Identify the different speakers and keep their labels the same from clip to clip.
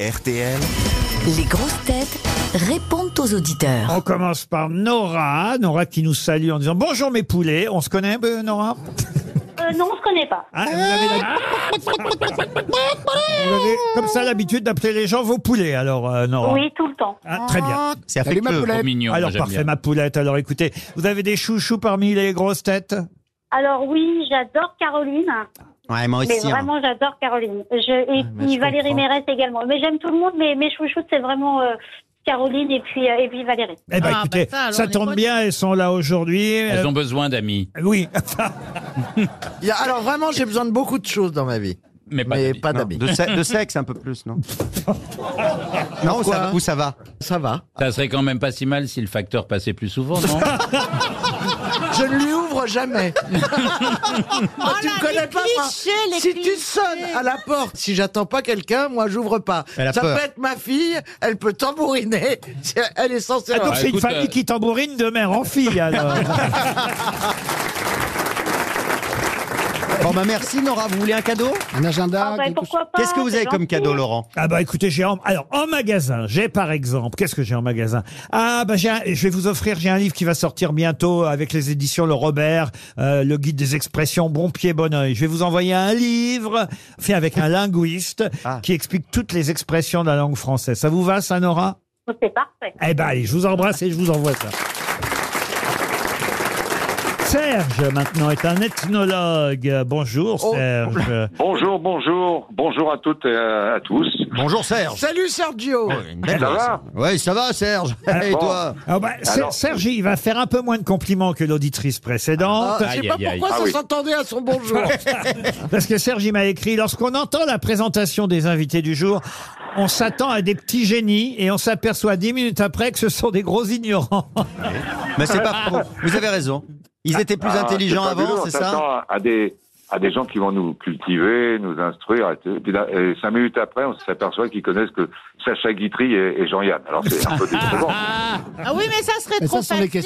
Speaker 1: RTL.
Speaker 2: Les grosses têtes répondent aux auditeurs.
Speaker 3: On commence par Nora, Nora qui nous salue en disant bonjour mes poulets. On se connaît, euh, Nora
Speaker 4: Euh, non, on se connaît pas.
Speaker 3: Hein, vous, avez la- vous avez comme ça l'habitude d'appeler les gens vos poulets, alors euh, Nora.
Speaker 4: Oui, tout le temps.
Speaker 3: Ah, très bien.
Speaker 1: C'est
Speaker 5: Salut ma
Speaker 1: affectueux.
Speaker 5: poulette.
Speaker 3: alors parfait, ma poulette. Alors écoutez, vous avez des chouchous parmi les grosses têtes
Speaker 4: Alors oui, j'adore Caroline.
Speaker 1: Ouais, moi
Speaker 4: Mais
Speaker 1: aussi. hein.
Speaker 4: vraiment, j'adore Caroline. Je, et
Speaker 1: Ah, mais
Speaker 4: puis
Speaker 1: je
Speaker 4: Valérie
Speaker 1: comprends.
Speaker 4: Mérès également. Mais j'aime tout le monde, mais mes chouchoutes, c'est vraiment euh, Caroline et puis, euh, et puis Valérie.
Speaker 3: Eh ben
Speaker 6: Ah,
Speaker 3: écoutez,
Speaker 6: bah ça, alors, on est
Speaker 3: tombe
Speaker 6: potes.
Speaker 3: bien, elles sont là aujourd'hui. Euh,
Speaker 7: Elles ont Ah, besoin d'amis,
Speaker 3: Oui,
Speaker 5: Il y a- alors vraiment, j'ai besoin de beaucoup de choses dans ma vie,
Speaker 7: mais pas
Speaker 5: mais
Speaker 7: d'amis.
Speaker 5: pas
Speaker 1: Non,
Speaker 5: d'habits.
Speaker 1: de, se- de sexe un peu plus, non Non, où ça, où ça va
Speaker 5: Ça va.
Speaker 7: Ça serait quand même pas si mal si le facteur passait plus souvent, non
Speaker 5: Je ne lui ouvre jamais.
Speaker 6: Oh
Speaker 5: tu me connais pas, moi. Si tu sonnes à la porte, si j'attends pas quelqu'un, moi j'ouvre pas.
Speaker 1: Elle a
Speaker 5: ça
Speaker 1: peur.
Speaker 5: peut être ma fille, elle peut tambouriner. Elle est censée.
Speaker 3: Ah, donc
Speaker 5: avoir-
Speaker 3: c'est une
Speaker 7: écoute,
Speaker 3: famille
Speaker 7: euh,
Speaker 3: qui tambourine de mère en fille alors.
Speaker 1: Bon, bah merci Nora, vous voulez un cadeau
Speaker 5: Un agenda.
Speaker 4: Ah, bah, pourquoi pas
Speaker 1: Qu'est-ce que vous
Speaker 4: c'est
Speaker 1: avez comme
Speaker 4: gentil.
Speaker 1: cadeau, Laurent
Speaker 3: Ah bah écoutez, j'ai en... alors en magasin, j'ai par exemple, qu'est-ce que j'ai en magasin Ah bah j'ai un- je vais vous offrir, j'ai un livre qui va sortir bientôt avec les éditions Le Robert, euh, le guide des expressions bon pied bon oeil. Je vais vous envoyer un livre fait avec un linguiste
Speaker 1: Ah.
Speaker 3: qui explique toutes les expressions de la langue française. Ça vous va ça Nora
Speaker 4: C'est parfait.
Speaker 3: Eh ben allez, je vous embrasse et je vous envoie ça. Serge maintenant est un ethnologue. Bonjour
Speaker 5: Oh.
Speaker 3: Serge.
Speaker 8: Bonjour, bonjour, bonjour à toutes et à à tous.
Speaker 1: Bonjour Serge.
Speaker 5: Salut Sergio.
Speaker 8: Ça va Ah,
Speaker 1: Ouais, ça va Serge. Et
Speaker 8: Bon.
Speaker 1: toi
Speaker 3: Alors, bah, Ser-
Speaker 8: Alors-
Speaker 3: Serge, il va faire un peu moins de compliments que l'auditrice précédente.
Speaker 5: Ah, je sais
Speaker 7: Aïe,
Speaker 5: pas
Speaker 7: aïe, aïe.
Speaker 5: pourquoi
Speaker 8: Ah
Speaker 5: ça
Speaker 8: oui.
Speaker 5: s'entendait à son bonjour. Bah
Speaker 3: Parce que Serge, il m'a écrit, lorsqu'on entend la présentation des invités du jour, on s'attend à des petits génies et on s'aperçoit dix minutes après que ce sont des gros ignorants.
Speaker 1: Mais c'est pas faux. Vous avez raison. Ils étaient plus
Speaker 8: Ah,
Speaker 1: intelligents
Speaker 8: c'est fabuleux,
Speaker 1: avant,
Speaker 8: on
Speaker 1: c'est ça
Speaker 8: s'attend à- à des, à des gens qui vont nous cultiver, nous instruire. Et, tout. Puis là, et cinq minutes après, on s'aperçoit qu'ils connaissent que Sacha Guitry et, et Jean-Yann. Alors c'est un peu décevant.
Speaker 6: Ah oui, mais ça serait trop facile.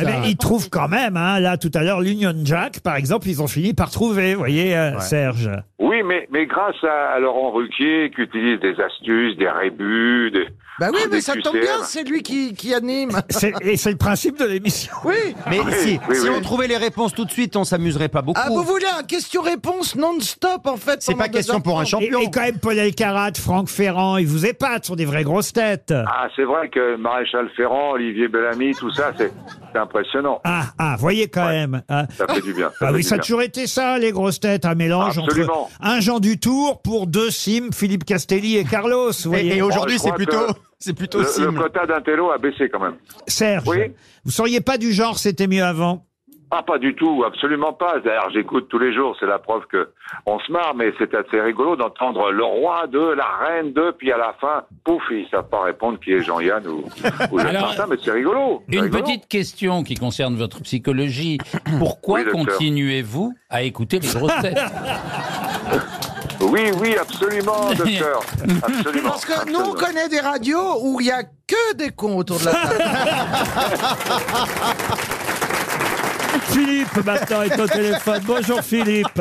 Speaker 3: Eh ben, ils trouvent quand même, hein, là tout à l'heure, l'Union Jack, par exemple, ils ont fini par trouver, vous voyez, euh, Serge.
Speaker 8: Oui, mais, mais grâce à, à Laurent Ruquier qui utilise des astuces, des rébus, des...
Speaker 5: bah
Speaker 1: Ah,
Speaker 5: oui, mais
Speaker 8: Des
Speaker 5: ça tombe
Speaker 8: QCM.
Speaker 1: hein.
Speaker 5: bien, c'est lui qui, qui anime.
Speaker 3: C'est- Et c'est le principe de l'émission.
Speaker 5: Oui.
Speaker 1: Mais
Speaker 8: Oui,
Speaker 1: si,
Speaker 8: oui,
Speaker 1: si
Speaker 8: oui.
Speaker 1: on trouvait les réponses tout de suite, on s'amuserait pas beaucoup.
Speaker 5: Ah, vous voulez un question-réponse non-stop en fait
Speaker 1: c'est
Speaker 5: pendant
Speaker 1: pas
Speaker 5: deux
Speaker 1: question
Speaker 5: heures
Speaker 1: pour un
Speaker 5: trente.
Speaker 3: Et,
Speaker 1: champion.
Speaker 3: et quand même, Paul Elkarat, Franck Ferrand, ils vous épatent, sont des vraies grosses têtes.
Speaker 8: Ah, c'est vrai que Maréchal Ferrand, Olivier Bellamy, tout ça, c'est c'est impressionnant.
Speaker 3: Ah, ah, voyez quand même. hein.
Speaker 8: Ça fait du bien. ça
Speaker 3: Ah
Speaker 8: fait
Speaker 3: oui,
Speaker 8: du
Speaker 3: ça a
Speaker 8: bien.
Speaker 3: toujours été ça, les grosses têtes, un mélange
Speaker 8: Absolument.
Speaker 3: entre un Jean Dutour pour deux Sims, Philippe Castelli et Carlos. Vous
Speaker 1: Et,
Speaker 3: voyez.
Speaker 1: et aujourd'hui,
Speaker 8: Oh, je
Speaker 1: c'est
Speaker 8: crois
Speaker 1: plutôt,
Speaker 8: que
Speaker 1: c'est plutôt
Speaker 8: Le, le
Speaker 1: sim.
Speaker 8: quota d'intello a baissé quand même.
Speaker 3: Serge,
Speaker 8: Oui.
Speaker 3: vous seriez pas du genre, c'était mieux avant.
Speaker 8: Ah, pas du tout, absolument pas. D'ailleurs, j'écoute tous les jours, c'est la preuve que on se marre, mais c'est assez rigolo d'entendre le roi de, la reine de, puis à la fin, pouf, ils savent pas répondre qui est Jean-Yann ou, ou Jacques
Speaker 7: Alors,
Speaker 8: Martin, mais c'est rigolo. c'est
Speaker 7: Une
Speaker 8: rigolo.
Speaker 7: petite question qui concerne votre psychologie. Pourquoi
Speaker 8: Oui, docteur.
Speaker 7: continuez-vous à écouter les grosses têtes
Speaker 8: Oui, oui, absolument, docteur. Absolument.
Speaker 5: Parce que nous,
Speaker 8: absolument.
Speaker 5: on connaît des radios où il n'y a que des cons autour de la table.
Speaker 3: Philippe, maintenant, est au téléphone. Bonjour, Philippe.